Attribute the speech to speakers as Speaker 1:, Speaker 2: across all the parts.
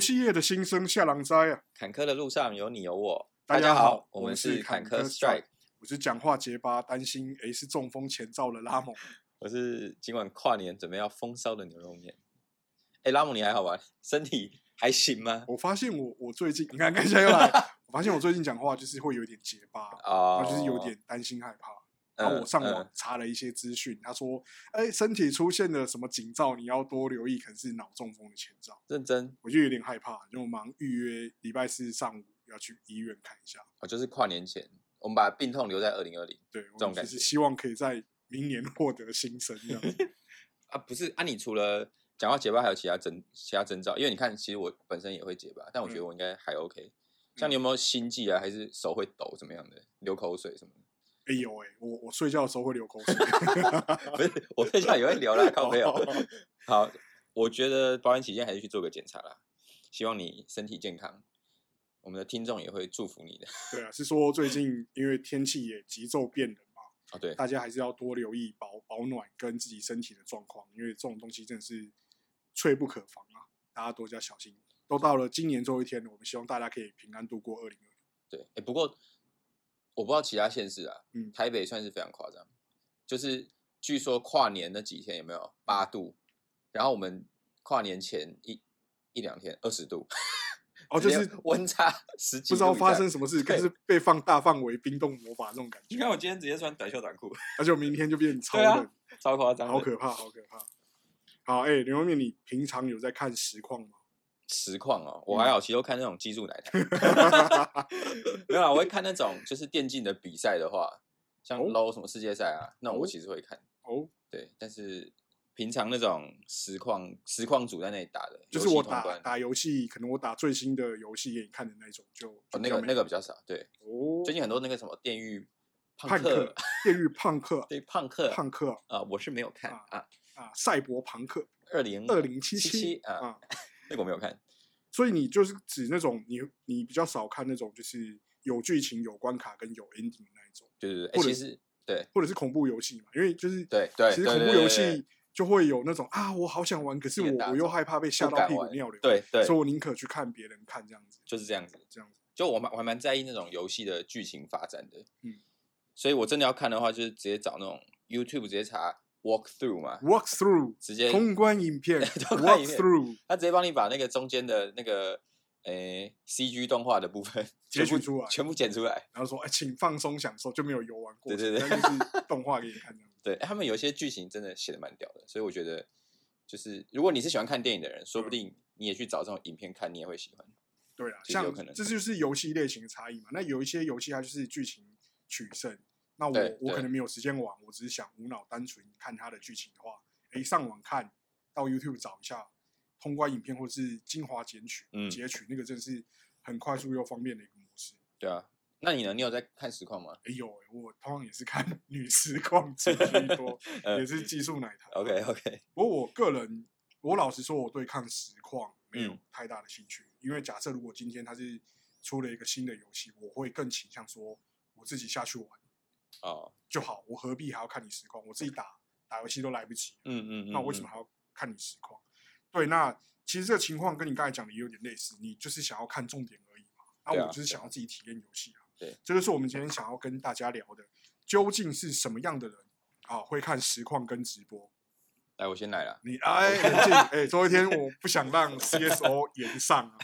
Speaker 1: 戏业的新生下狼灾啊！
Speaker 2: 坎坷的路上有你有我。
Speaker 1: 大
Speaker 2: 家
Speaker 1: 家好我
Speaker 2: 我们
Speaker 1: 们
Speaker 2: 是
Speaker 1: 是
Speaker 2: 坎坷
Speaker 1: 坎坷
Speaker 2: Strike，
Speaker 1: Strike 我是讲话结巴，担心诶是中风前兆的拉蒙。
Speaker 2: 我是今晚跨年准备要风骚的牛肉面。哎、拉姆你还好吧？ 身体还行吗？
Speaker 1: 我发现我我最近你看看现在又 来，我发现我最近讲话就是会有点结巴，
Speaker 2: 啊、
Speaker 1: 然后就是有点担心害怕。
Speaker 2: 嗯。
Speaker 1: 然后我上
Speaker 2: 嗯
Speaker 1: 网查了一些资讯，他说诶身体出现了什么警兆，你要多留意，可能是脑中风的前兆。
Speaker 2: 认真，
Speaker 1: 我就有点害怕，就忙预约礼拜四上午要去医院看一下。
Speaker 2: 我哦就是跨年前，我们把病痛留在二零二零
Speaker 1: 对，
Speaker 2: 这种
Speaker 1: 我
Speaker 2: 感
Speaker 1: 就是
Speaker 2: 觉
Speaker 1: 希望可以在明年获得新生这样子。
Speaker 2: 啊，不是啊？你除了讲话结巴，还有其他征其他征兆？因为你看，其实我本身也会结巴，但我觉得
Speaker 1: 嗯
Speaker 2: 我应该还 OK。像你有没有心悸啊？还是手会抖怎么样的？流口水什么的？
Speaker 1: 哎呦哎，我我睡觉的时候会流口 水。
Speaker 2: 不是，我睡觉也会流啦，靠朋友。
Speaker 1: 哦
Speaker 2: 好，我觉得保险起见还是去做个检查啦。希望你身体健康，我们的听众也会祝福你的。
Speaker 1: 对啊，是说最近因为天气也急骤变冷嘛，
Speaker 2: 哦，对，
Speaker 1: 大家还是要多留意保保暖跟自己身体的状况，因为这种东西真的是脆不可防啊，大家多加小心。都到了今年最后一天了，我们希望大家可以平安度过二零二零。
Speaker 2: 对，哎、不过我不知道其他县市啊，
Speaker 1: 嗯
Speaker 2: 台北算是非常夸张，就是据说跨年那几天有没
Speaker 1: 嗯
Speaker 2: 有八度，然后我们跨年前一一两天二十度，
Speaker 1: 哦，就
Speaker 2: 直接
Speaker 1: 是
Speaker 2: 温差十几
Speaker 1: 不
Speaker 2: 度
Speaker 1: 知
Speaker 2: 以上，
Speaker 1: 道发生什么事，
Speaker 2: 对
Speaker 1: 但是被放大范围冰冻魔法那种感
Speaker 2: 你
Speaker 1: 觉，
Speaker 2: 看我今天直接穿短袖短裤，
Speaker 1: 而且我明天就变超
Speaker 2: 对啊
Speaker 1: 冷，
Speaker 2: 超夸张的，
Speaker 1: 好可怕，好可怕。好，哎、刘牛面，你平常有在看实况吗？
Speaker 2: 实况哦，我还
Speaker 1: 嗯
Speaker 2: 好，其实都看那种技术奶 台，没有啦，我会看那种就是电竞的比赛的话，像
Speaker 1: 哦
Speaker 2: LO 什么世界赛啊，那我
Speaker 1: 哦
Speaker 2: 其实会看，
Speaker 1: 哦，
Speaker 2: 对，但是平常那种实况实况组在那里打的，
Speaker 1: 就
Speaker 2: 游
Speaker 1: 是
Speaker 2: 戏
Speaker 1: 我
Speaker 2: 通
Speaker 1: 打
Speaker 2: 关
Speaker 1: 打游戏，可能我打最新的游戏给你看的那种，就
Speaker 2: 哦
Speaker 1: 就
Speaker 2: 那
Speaker 1: 比较
Speaker 2: 个
Speaker 1: 没
Speaker 2: 那个比较少，对，
Speaker 1: 哦，
Speaker 2: 最近很多那个什么电狱
Speaker 1: 叛
Speaker 2: 客
Speaker 1: 客，电狱胖客，
Speaker 2: 对胖客
Speaker 1: 胖客
Speaker 2: 啊，我是没有看
Speaker 1: 啊
Speaker 2: 啊，
Speaker 1: 啊，赛博朋克
Speaker 2: 二零
Speaker 1: 二零七
Speaker 2: 嗯七啊，
Speaker 1: 啊，
Speaker 2: 那个我没有看，
Speaker 1: 所以你就是指那种你你比较少看那种就是有剧情、有关卡跟有 ending 的那一种，
Speaker 2: 对对对，
Speaker 1: 或
Speaker 2: 哎，
Speaker 1: 者
Speaker 2: 其实对
Speaker 1: 或者是恐怖游戏嘛，因为就是
Speaker 2: 对对，
Speaker 1: 其实
Speaker 2: 对
Speaker 1: 恐怖
Speaker 2: 对对
Speaker 1: 游
Speaker 2: 对
Speaker 1: 戏就会有那种啊，我好想玩，可是
Speaker 2: 有
Speaker 1: 我
Speaker 2: 点打
Speaker 1: 我又害怕被吓
Speaker 2: 不
Speaker 1: 到
Speaker 2: 敢
Speaker 1: 屁股
Speaker 2: 玩
Speaker 1: 尿流，，
Speaker 2: 对对，
Speaker 1: 所以我宁可去看别人看这样子，
Speaker 2: 就是这样子。
Speaker 1: 这样子，
Speaker 2: 就我蛮我还蛮在意那种游戏的剧情发展的，
Speaker 1: 嗯，
Speaker 2: 所以我真的要看的话，就是直接找那种 YouTube 直接查 walk through 嘛，
Speaker 1: walk through
Speaker 2: 直接
Speaker 1: 通关影片
Speaker 2: 通关影
Speaker 1: ，walk
Speaker 2: 片
Speaker 1: through
Speaker 2: 他直接帮你把那个中间的那个诶、CG 动画的部分全
Speaker 1: 截
Speaker 2: 部
Speaker 1: 取出来
Speaker 2: 全部剪出来。
Speaker 1: 然后说哎，请放松享受，就没有游玩过
Speaker 2: 对
Speaker 1: 程，
Speaker 2: 对对
Speaker 1: 但就是动画给你看这样子。
Speaker 2: 对、诶他们有一些剧情真的写的蛮屌的，所以我觉得就是如果你是喜欢看电影的人，
Speaker 1: 嗯
Speaker 2: 说不定你也去找这种影片看，你也会喜欢。
Speaker 1: 对啦，
Speaker 2: 其实有
Speaker 1: 像
Speaker 2: 可能
Speaker 1: 这就是游戏类型的差异嘛。那有一些游戏它就是剧情取胜，那我
Speaker 2: 对
Speaker 1: 我可
Speaker 2: 对
Speaker 1: 能没有时间玩，我只是想无脑单纯看它的剧情的话，诶，上网看到 YouTube 找一下通关影片或是精华截取，
Speaker 2: 嗯
Speaker 1: 截取那个真是很快速又方便的一个模式。
Speaker 2: 对啊，那你呢？你有在看实况吗？
Speaker 1: 哎呦，我通常也是看女实况主居 多，
Speaker 2: 呃
Speaker 1: 也是技术奶台。
Speaker 2: OK OK，
Speaker 1: 不过我个人，我老实说，我对抗实况没有
Speaker 2: 嗯
Speaker 1: 太大的兴趣，因为假设如果今天它是出了一个新的游戏，我会更倾向说我自己下去玩
Speaker 2: 哦，
Speaker 1: 就好，我何必还要看你实况？我自己打打游戏都来不及，
Speaker 2: 嗯嗯嗯，
Speaker 1: 那我为什么
Speaker 2: 嗯？
Speaker 1: 还要看你实况？对，那其实这个情况跟你刚才讲的也有点类似，你就是想要看重点而已嘛。
Speaker 2: 对
Speaker 1: 那
Speaker 2: 啊
Speaker 1: 我就是
Speaker 2: 对
Speaker 1: 想
Speaker 2: 啊
Speaker 1: 要自己体验游戏啊。
Speaker 2: 对，
Speaker 1: 这就是我们今天想要跟大家聊的，究竟是什么样的人啊会看实况跟直播？
Speaker 2: 来，我先来了。
Speaker 1: 你 哎，冷静哎，周一天我不想让 CSO 延上啊，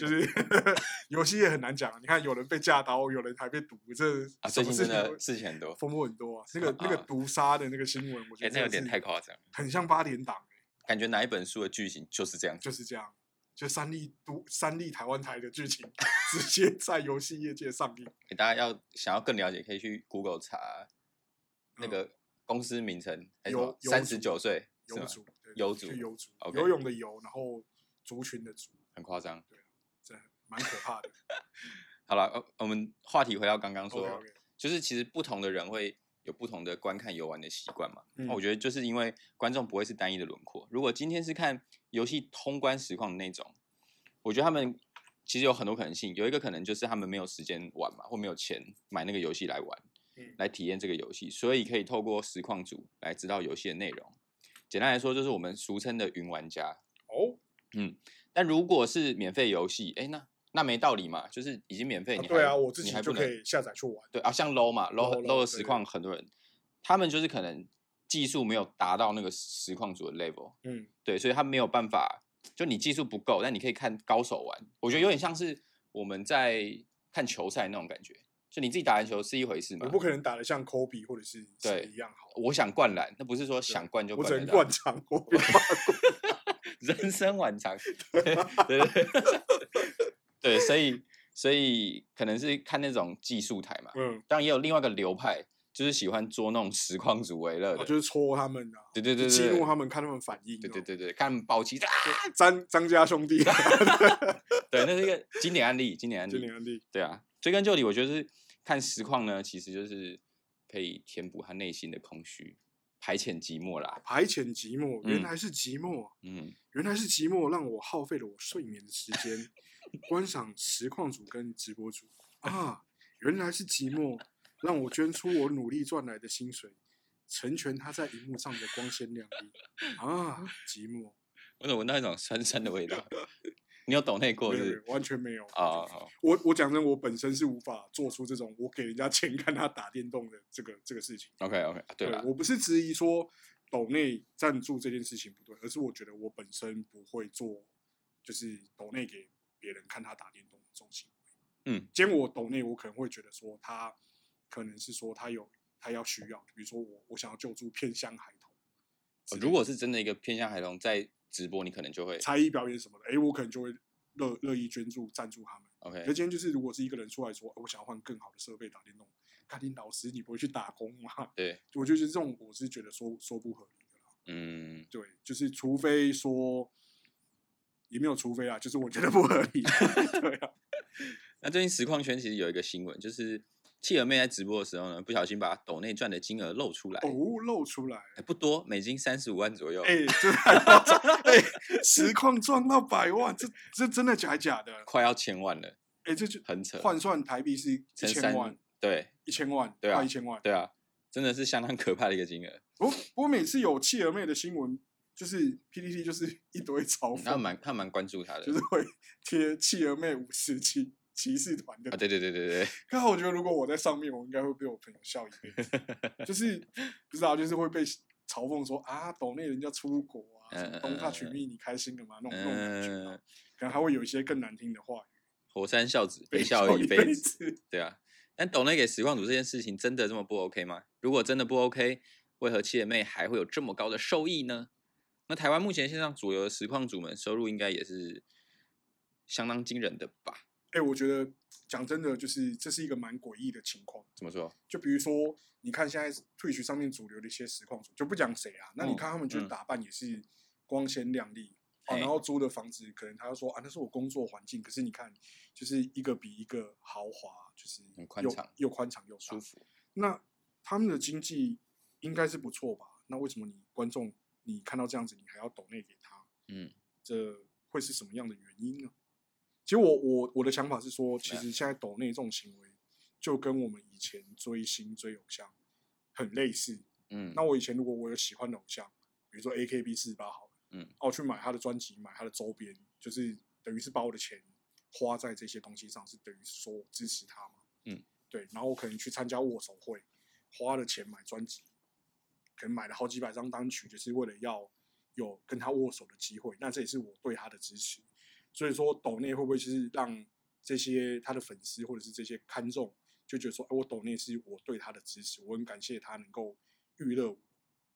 Speaker 1: 就是 游戏也很难讲啊。你看，有人被架刀，有人还被毒，这
Speaker 2: 啊，
Speaker 1: 什
Speaker 2: 最
Speaker 1: 么事
Speaker 2: 近真
Speaker 1: 情都
Speaker 2: 的事情很多，
Speaker 1: 风波很多啊。那个那个
Speaker 2: 啊
Speaker 1: 毒杀的那个新闻，我觉
Speaker 2: 哎、
Speaker 1: 得
Speaker 2: 那有点
Speaker 1: 真的
Speaker 2: 太
Speaker 1: 是
Speaker 2: 夸张了，
Speaker 1: 很像八点档欸，
Speaker 2: 感觉哪一本书的剧情就是这样子。
Speaker 1: 就是这样。就三立都三立台湾台的剧 情直接在游戏业界上映，
Speaker 2: 给大家要想要更了解，可以去 Google 查那
Speaker 1: 嗯
Speaker 2: 个公司名称，还有
Speaker 1: 游游
Speaker 2: 三十九岁是
Speaker 1: 游
Speaker 2: 吗？
Speaker 1: 族对就
Speaker 2: 游族
Speaker 1: 游族
Speaker 2: OK
Speaker 1: 游泳的游，然后族群的族，
Speaker 2: 很夸张。
Speaker 1: 这蛮可怕 的。
Speaker 2: 好了，呃我们话题回到刚刚说
Speaker 1: OK OK，
Speaker 2: 就是其实不同的人会有不同的观看游玩的习惯嘛。那、
Speaker 1: 嗯
Speaker 2: 我觉得就是因为观众不会是单一的轮廓。如果今天是看游戏通关实况的那种，我觉得他们其实有很多可能性。有一个可能就是他们没有时间玩嘛，或没有钱买那个游戏来玩，
Speaker 1: 嗯
Speaker 2: 来体验这个游戏，所以可以透过实况组来知道游戏的内容。简单来说，就是我们俗称的云玩家。
Speaker 1: 哦，
Speaker 2: 但如果是免费游戏，哎，那那没道理嘛，就是已经免费，
Speaker 1: 啊
Speaker 2: 你
Speaker 1: 对
Speaker 2: 还
Speaker 1: 啊，我自
Speaker 2: 你
Speaker 1: 己
Speaker 2: 还
Speaker 1: 就
Speaker 2: 不
Speaker 1: 可
Speaker 2: 能
Speaker 1: 以下载去玩。
Speaker 2: 对啊，像 low 嘛
Speaker 1: low，
Speaker 2: ，low low
Speaker 1: 对
Speaker 2: 的实况，很多人他们就是可能技术没有达到那个实况组的 level，
Speaker 1: 嗯，
Speaker 2: 对，所以他没有办法，就你技术不够，但你可以看高手玩，我觉得有点像是我们在看球赛那种感觉，就你自己打篮球是一回事嘛
Speaker 1: 我，不可能打得像 Kobe 或者是谁
Speaker 2: 对
Speaker 1: 一样好，
Speaker 2: 我想灌篮，那不是说想灌就
Speaker 1: 我
Speaker 2: 灌
Speaker 1: 只
Speaker 2: 得
Speaker 1: 能
Speaker 2: 到
Speaker 1: 灌长 Kobe
Speaker 2: 人生晚 长，对对对 对，所以所以可能是看那种技术台嘛，
Speaker 1: 嗯，
Speaker 2: 当然也有另外一个流派，就是喜欢捉弄实况组为乐
Speaker 1: 我
Speaker 2: 的，
Speaker 1: 哦就是戳他们啊，
Speaker 2: 对对对对，
Speaker 1: 激怒
Speaker 2: 对
Speaker 1: 他们，看他们反应。
Speaker 2: 对对，对对，看他们暴击，啊
Speaker 1: 张张家兄 弟，
Speaker 2: 对，那是一个经典案例，经典案
Speaker 1: 经
Speaker 2: 例
Speaker 1: 典，案例，
Speaker 2: 对啊，追根究底，我觉得是看实况呢，其实就是可以填补他内心的空虚，排遣寂寞啦，
Speaker 1: 排遣寂寞，原
Speaker 2: 嗯
Speaker 1: 来是寂寞啊。
Speaker 2: 嗯，
Speaker 1: 原来是寂寞让我耗费了我睡眠的时 间，观赏实况组跟直播组啊！原来是寂寞让我捐出我努力赚来的薪水，成全他在荧幕上的光鲜亮丽 啊！寂寞，
Speaker 2: 我怎么闻到一种酸酸的味道？ 你有懂内过
Speaker 1: 没
Speaker 2: 是
Speaker 1: 有没
Speaker 2: 不是
Speaker 1: 有？完全没有
Speaker 2: 啊、哦，哦
Speaker 1: 我我讲真，我本身是无法做出这种我给人家钱 看他打电动的这个这个事情。
Speaker 2: ，OK OK，对啊啦，
Speaker 1: 我不是质疑说抖内赞助这件事情不对，而是我觉得我本身不会做，就是抖内给别人看他打电动的这种行为。
Speaker 2: 嗯，
Speaker 1: 结果我抖内，我可能会觉得说他可能是说他有他要需要，比如说我我想要救助偏乡孩童之
Speaker 2: 呃
Speaker 1: 类的，
Speaker 2: 如果是真的一个偏向孩童在直播，你可能就会
Speaker 1: 才艺表演什么的，诶，我可能就会乐乐意捐助赞助他们。
Speaker 2: OK
Speaker 1: 可今天就是，如果是一个人出来说，呃我想要换更好的设备打电动，看你老师，你不会去打工吗？
Speaker 2: 对，
Speaker 1: 我就是这种，我是觉得说说不合理的啦。
Speaker 2: 嗯，
Speaker 1: 对，就是除非说也没有除非啊，就是我觉得不合理。 对啊，
Speaker 2: 那最近实况圈其实有一个新闻，就是企鹅妹在直播的时候呢，不小心把抖内赚的金额露出来，
Speaker 1: 哦，露出来，
Speaker 2: 哎不多，美金三十五万左右。
Speaker 1: 哎、这太夸张，哎、实况赚到百万，这这真的假假的？
Speaker 2: 快要千万了，
Speaker 1: 哎、这就
Speaker 2: 很扯，
Speaker 1: 换算台币是一
Speaker 2: 乘
Speaker 1: 千万
Speaker 2: 三，，对
Speaker 1: 一千万，
Speaker 2: 对啊
Speaker 1: 快一千万。
Speaker 2: 对啊，真的是相当可怕的一个金额，
Speaker 1: 不不过每次有企鹅妹的新闻，就是 PPT 就是一堆嘲
Speaker 2: 他
Speaker 1: 讽，
Speaker 2: 们蛮他们蛮关注他的，
Speaker 1: 哦就是会贴企鹅妹五十七骑士团的
Speaker 2: 啊，对对对对对，
Speaker 1: 刚好我觉得如果我在上面，我应该会被我朋友笑一辈 子，就是不知道，就是会被嘲讽说啊，岛内人家出国啊，什么
Speaker 2: 嗯
Speaker 1: 东大取
Speaker 2: 嗯嗯
Speaker 1: 蜜，你开心了吗？那种那种感觉啊，
Speaker 2: 嗯，
Speaker 1: 可能还会有一些更难听的话语，
Speaker 2: 火山孝子
Speaker 1: 被
Speaker 2: 被笑一
Speaker 1: 一
Speaker 2: 辈子，
Speaker 1: 子。
Speaker 2: 对啊。但抖内给实况组这件事情真的这么不 OK 吗？如果真的不 OK，为何企鹅妹还会有这么高的收益呢？那台湾目前线上主流的实况主们收入应该也是相当惊人的吧？
Speaker 1: 哎、我觉得讲真的，就是这是一个蛮诡异的情况。
Speaker 2: 怎么说？
Speaker 1: 就比如说，你看现在 Twitch 上面主流的一些实况主，就不讲谁啊，那你
Speaker 2: 嗯
Speaker 1: 看他们就是
Speaker 2: 嗯
Speaker 1: 打扮也是光鲜亮丽、啊，
Speaker 2: 嘿
Speaker 1: 然后租的房子，可能他就说啊，那是我工作环境，可是你看，就是一个比一个豪华，就是
Speaker 2: 很宽
Speaker 1: 又
Speaker 2: 敞
Speaker 1: 又宽敞又大
Speaker 2: 舒。服？
Speaker 1: 那他们的经济应该是不错吧？那为什么你观众你看到这样子，你还要抖内给他？
Speaker 2: 嗯，
Speaker 1: 这会是什么样的原因呢？其实我我我的想法是说，其
Speaker 2: 么
Speaker 1: 实现在抖内这种行为，就跟我们以前追星追偶像很类似。
Speaker 2: 嗯
Speaker 1: 那，我以前如果我有喜欢的偶像，比如说 A K B 四八好了，
Speaker 2: 嗯
Speaker 1: 啊，我去买他的专辑，买他的周边，就是等于是把我的钱花在这些东西上，是等于是说我支持他嘛，
Speaker 2: 嗯，
Speaker 1: 对，然后我可能去参加握手会，花了钱买专辑，可能买了好几百张单曲，就是为了要有跟他握手的机会，那这也是我对他的支持，所以说抖内会不会就是让这些他的粉丝或者是这些看众就觉得说，哎、我抖内是我对他的支持，我很感谢他能够娱乐我，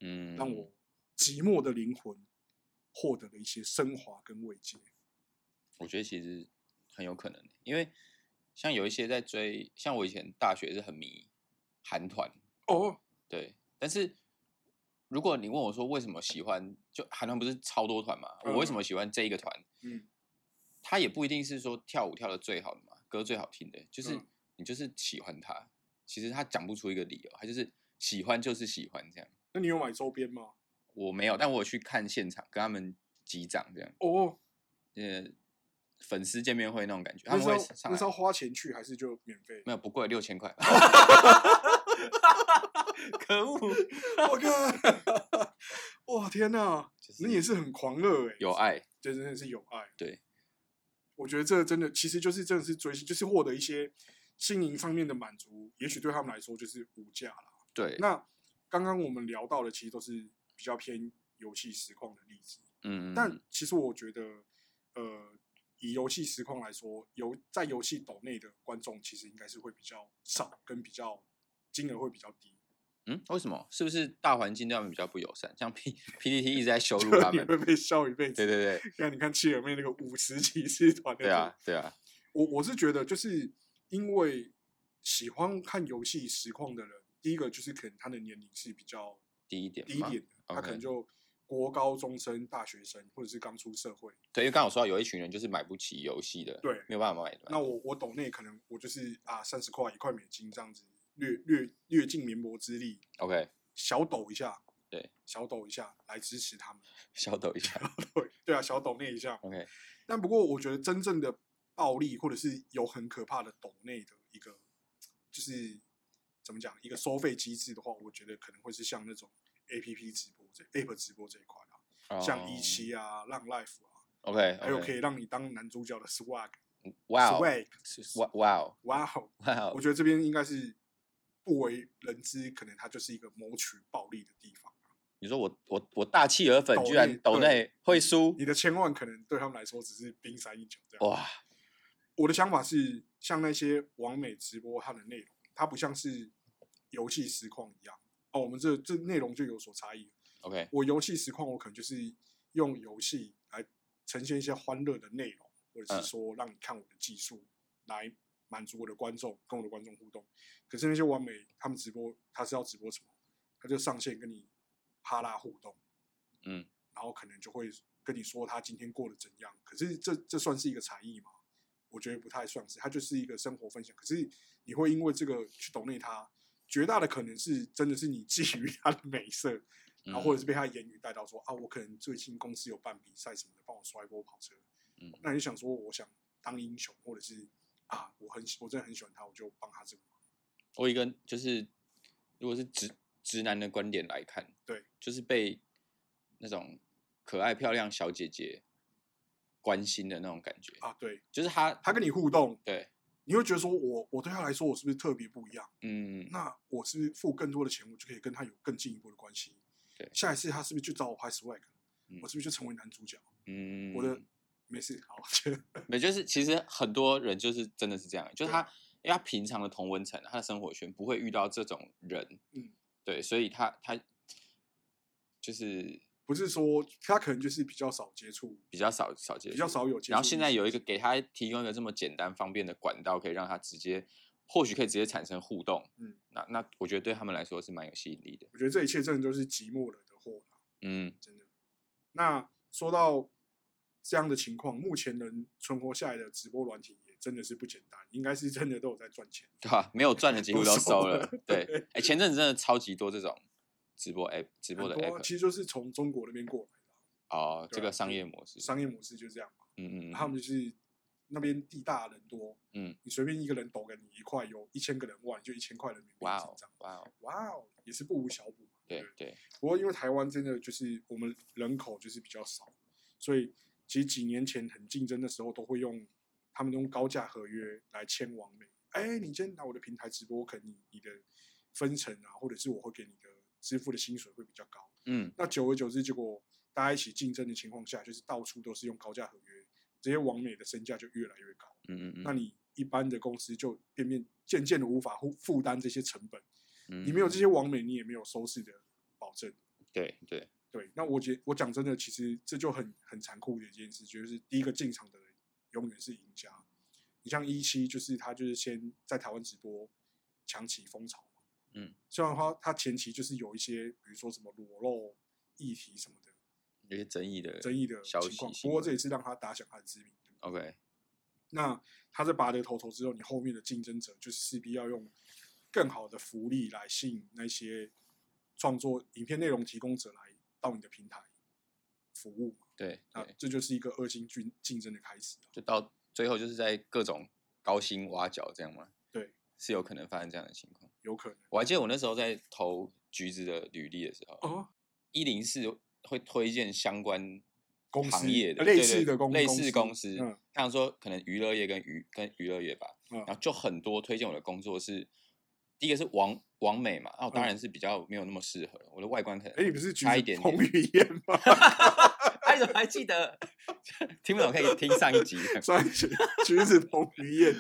Speaker 2: 嗯，
Speaker 1: 让我寂寞的灵魂获得了一些升华跟慰藉。
Speaker 2: 我觉得其实很有可能，因为像有一些在追，像我以前大学是很迷韩团，
Speaker 1: 哦，
Speaker 2: 对，但是如果你问我说为什么喜欢，就韩团不是超多团嘛？我为什
Speaker 1: 嗯
Speaker 2: 么喜欢这一个团？
Speaker 1: 嗯，
Speaker 2: 他也不一定是说跳舞跳的最好的嘛，歌最好听的，就是
Speaker 1: 嗯
Speaker 2: 你就是喜欢他。其实他讲不出一个理由，他就是喜欢就是喜欢这样。
Speaker 1: 那你有买周边吗？
Speaker 2: 我没有，但我有去看现场，跟他们击掌这样，
Speaker 1: 哦，
Speaker 2: 呃，粉丝见面会那种感觉。他
Speaker 1: 那
Speaker 2: 们
Speaker 1: 是
Speaker 2: 会
Speaker 1: 要
Speaker 2: 上
Speaker 1: 那是要
Speaker 2: 来，
Speaker 1: 花钱去还是就免 费？
Speaker 2: 没有不贵，六 千块。可恶，
Speaker 1: 我靠！哇天哪，
Speaker 2: 就是
Speaker 1: 你也是很狂热哎、
Speaker 2: 有爱，
Speaker 1: 这真的是有爱。
Speaker 2: 对，
Speaker 1: 我觉得这真的其实就是真的是追星，就是获得一些心灵上面的满足，也许对他们来说就是无价啦。
Speaker 2: 对，
Speaker 1: 那刚刚我们聊到的其实都是比较偏游戏实况的例子，
Speaker 2: 嗯，
Speaker 1: 但其实我觉得，呃，以游戏实况来说，游在游戏岛内的观众其实应该是会比较少，跟比较金额会比较低。
Speaker 2: 嗯，为什么？是不是大环境对他们比较不友善？像 P PDT 一直在羞辱 他
Speaker 1: 你
Speaker 2: 们。
Speaker 1: 会被笑一辈子。
Speaker 2: 对对对，
Speaker 1: 那你看切尔妹那个五十骑士团，
Speaker 2: 对啊，对啊，
Speaker 1: 我我是觉得，就是因为喜欢看游戏实况的人，第一个就是可能他的年龄是比较
Speaker 2: 低一点，
Speaker 1: 低一点。的，他可
Speaker 2: OK
Speaker 1: 能就国高中生、大学生，或者是刚出社会。
Speaker 2: 对，因为刚好说到有一群人就是买不起游戏的，
Speaker 1: 对
Speaker 2: 没有办法买。
Speaker 1: 那我我抖内可能我就是啊三十块一块美金这样子，略略略尽绵薄之力，
Speaker 2: OK，
Speaker 1: 小抖一下，
Speaker 2: 对，
Speaker 1: 小抖一下来支持他们。
Speaker 2: 小抖一下。
Speaker 1: 对对啊，小抖内一下嘛。
Speaker 2: OK，
Speaker 1: 但不过，我觉得真正的暴力，或者是有很可怕的抖内的一个，就是怎么讲，一个收费机制的话，我觉得可能会是像那种 A P P 直播这 App 直播这一块啊，
Speaker 2: 哦
Speaker 1: 像一期啊、浪 Life 啊，
Speaker 2: OK，哦
Speaker 1: 还有可以让你当男主角的 Swag
Speaker 2: Wow
Speaker 1: Swag，
Speaker 2: 哇哇哦
Speaker 1: 哇哦！
Speaker 2: 哇
Speaker 1: 我
Speaker 2: 哦，
Speaker 1: 觉得这边应该是不为人知，可能它就是一个谋取暴利的地方。
Speaker 2: 你说我我我大气儿粉
Speaker 1: 抖
Speaker 2: 居
Speaker 1: 内
Speaker 2: 然抖
Speaker 1: 对
Speaker 2: 内会输哦
Speaker 1: 你的千万可能对他们来说只是冰山一角这样。
Speaker 2: 哇？
Speaker 1: 我的想法是，像那些网美直播它的内容，它不像是游戏实况一样哦。我们这这内容就有所差异。
Speaker 2: OK，
Speaker 1: 我游戏实况，我可能就是用游戏来呈现一些欢乐的内容，或者
Speaker 2: 嗯
Speaker 1: 是说让你看我的技术，来满足我的观众，跟我的观众互动。可是那些网美他们直播，他是要直播什么？他就上线跟你哈拉互动，
Speaker 2: 嗯，
Speaker 1: 然后可能就会跟你说他今天过得怎样。可是这这算是一个才艺吗？我觉得不太算是，它就是一个生活分享。可是你会因为这个去懂内他，绝大的可能是真的是你觊觎他的美色，然后
Speaker 2: 嗯
Speaker 1: 或者是被他言语带到说啊，我可能最近公司有办比赛什么的，帮我刷一波跑车。
Speaker 2: 嗯
Speaker 1: 那你就想说，我想当英雄，或者是啊，我很喜我真的很喜欢他，我就帮他这个忙。
Speaker 2: 我一个就是，如果是直直男的观点来看，
Speaker 1: 对，
Speaker 2: 就是被那种可爱漂亮小姐姐关心的那种感觉，
Speaker 1: 啊，对
Speaker 2: 就是他
Speaker 1: 他跟你互动，
Speaker 2: 对，
Speaker 1: 你会觉得说我我对他来说，我是不是特别不一样？
Speaker 2: 嗯，
Speaker 1: 那我是不是付更多的钱，我就可以跟他有更进一步的关系？
Speaker 2: 对
Speaker 1: 下一次他是不是就找我拍 swag？、
Speaker 2: 嗯
Speaker 1: 我是不是就成为男主角？
Speaker 2: 嗯，
Speaker 1: 我的没事，好， 我觉得
Speaker 2: 没，就是其实很多人就是真的是这样，就是
Speaker 1: 对
Speaker 2: 他因为他平常的同温层，他的生活圈不会遇到这种人，
Speaker 1: 嗯，
Speaker 2: 对，所以他他就是
Speaker 1: 不是说他可能就是比较少接触，
Speaker 2: 比较少少接触，
Speaker 1: 比较少有接触。
Speaker 2: 然后现在有一个给他提供一个这么简单方便的管道，可以让他直接，或许可以直接产生互动。
Speaker 1: 嗯，
Speaker 2: 那那我觉得对他们来说是蛮有吸引力的。
Speaker 1: 我觉得这一切真的就是寂寞惹的祸啦
Speaker 2: 嗯，
Speaker 1: 真的。那说到这样的情况，目前能存活下来的直播软体也真的是不简单，应该是真的都有在赚钱。
Speaker 2: 对吧？没有赚的几乎都收了
Speaker 1: 都收了。
Speaker 2: 对
Speaker 1: 对，
Speaker 2: 哎，前阵子真的超级多这种直播 app 直播
Speaker 1: 很
Speaker 2: 的
Speaker 1: 多
Speaker 2: app
Speaker 1: 其实就是从中国那边过来的
Speaker 2: 哦，
Speaker 1: 对
Speaker 2: 这
Speaker 1: 啊
Speaker 2: 个商
Speaker 1: 就
Speaker 2: 业模式，
Speaker 1: 商业模式就这样嘛。
Speaker 2: 嗯嗯
Speaker 1: 他
Speaker 2: 嗯
Speaker 1: 们就是那边地大人多，
Speaker 2: 嗯，
Speaker 1: 你随便一个人抖给你一块，有一千个人哇，你就一千块人民币
Speaker 2: 哇
Speaker 1: 成
Speaker 2: 哦
Speaker 1: 长。
Speaker 2: 哇哦，
Speaker 1: 哇哦，也是不无小补嘛。
Speaker 2: 对
Speaker 1: 不
Speaker 2: 对，
Speaker 1: 不过因为台湾真的就是我们人口就是比较少，所以其实几年前很竞争的时候，都会用他们用高价合约来签网美。哎，你今天来我的平台直播，可能你你的分成啊，或者是我会给你的支付的薪水会比较高。
Speaker 2: 嗯
Speaker 1: 那久而久之，结果大家一起竞争的情况下，就是到处都是用高价合约，这些网美的身价就越来越高。
Speaker 2: 嗯嗯
Speaker 1: 那
Speaker 2: 嗯，
Speaker 1: 你一般的公司就变变渐渐的无法负负担这些成本，
Speaker 2: 嗯
Speaker 1: 你没有这些
Speaker 2: 嗯
Speaker 1: 网美，你也没有收视的保证。
Speaker 2: 对对，
Speaker 1: 对，那我觉我讲真的，其实这就很很残酷的一件事，就是第一个进场的人永远是赢家。你像一期，就是他就是先在台湾直播强起风潮嘛，
Speaker 2: 嗯，
Speaker 1: 虽然他他前期就是有一些，比如说什么裸露议题什么的
Speaker 2: 有些争议的
Speaker 1: 争议的
Speaker 2: 消息
Speaker 1: 情况，
Speaker 2: 新
Speaker 1: 不过
Speaker 2: 闻
Speaker 1: 这也是让他打响他的知名度。
Speaker 2: OK，
Speaker 1: 那他在拔得头筹之后，你后面的竞争者就是势必要用更好的福利来吸引那些创作影片内容提供者来到你的平台服务嘛。
Speaker 2: 对
Speaker 1: 那
Speaker 2: 对，
Speaker 1: 这就是一个恶性竞竞争的开始啊、
Speaker 2: 就到最后就是在各种高薪挖角这样吗？
Speaker 1: 对，
Speaker 2: 是有可能发生这样的情况。
Speaker 1: 有可能
Speaker 2: 我还记得我那时候在投橘子的履历的时候，
Speaker 1: 哦，
Speaker 2: 一零四会推荐相关
Speaker 1: 公司
Speaker 2: 行业的
Speaker 1: 类
Speaker 2: 对
Speaker 1: 似
Speaker 2: 对
Speaker 1: 的公
Speaker 2: 类似
Speaker 1: 公
Speaker 2: 公
Speaker 1: 司
Speaker 2: 司
Speaker 1: 嗯，
Speaker 2: 像说可能娱乐业跟娱跟娱乐业吧，
Speaker 1: 嗯
Speaker 2: 然后就很多推荐我的工作是，第一个是王王美嘛，那我当
Speaker 1: 嗯
Speaker 2: 然是比较没有那么适合，我的外观可
Speaker 1: 哎，你
Speaker 2: 能
Speaker 1: 不是举
Speaker 2: 差一点
Speaker 1: 彭
Speaker 2: 点，
Speaker 1: 于晏吗？
Speaker 2: 哎，怎么还记得？ 听不懂可以听上一集。
Speaker 1: 算举橘子彭于晏，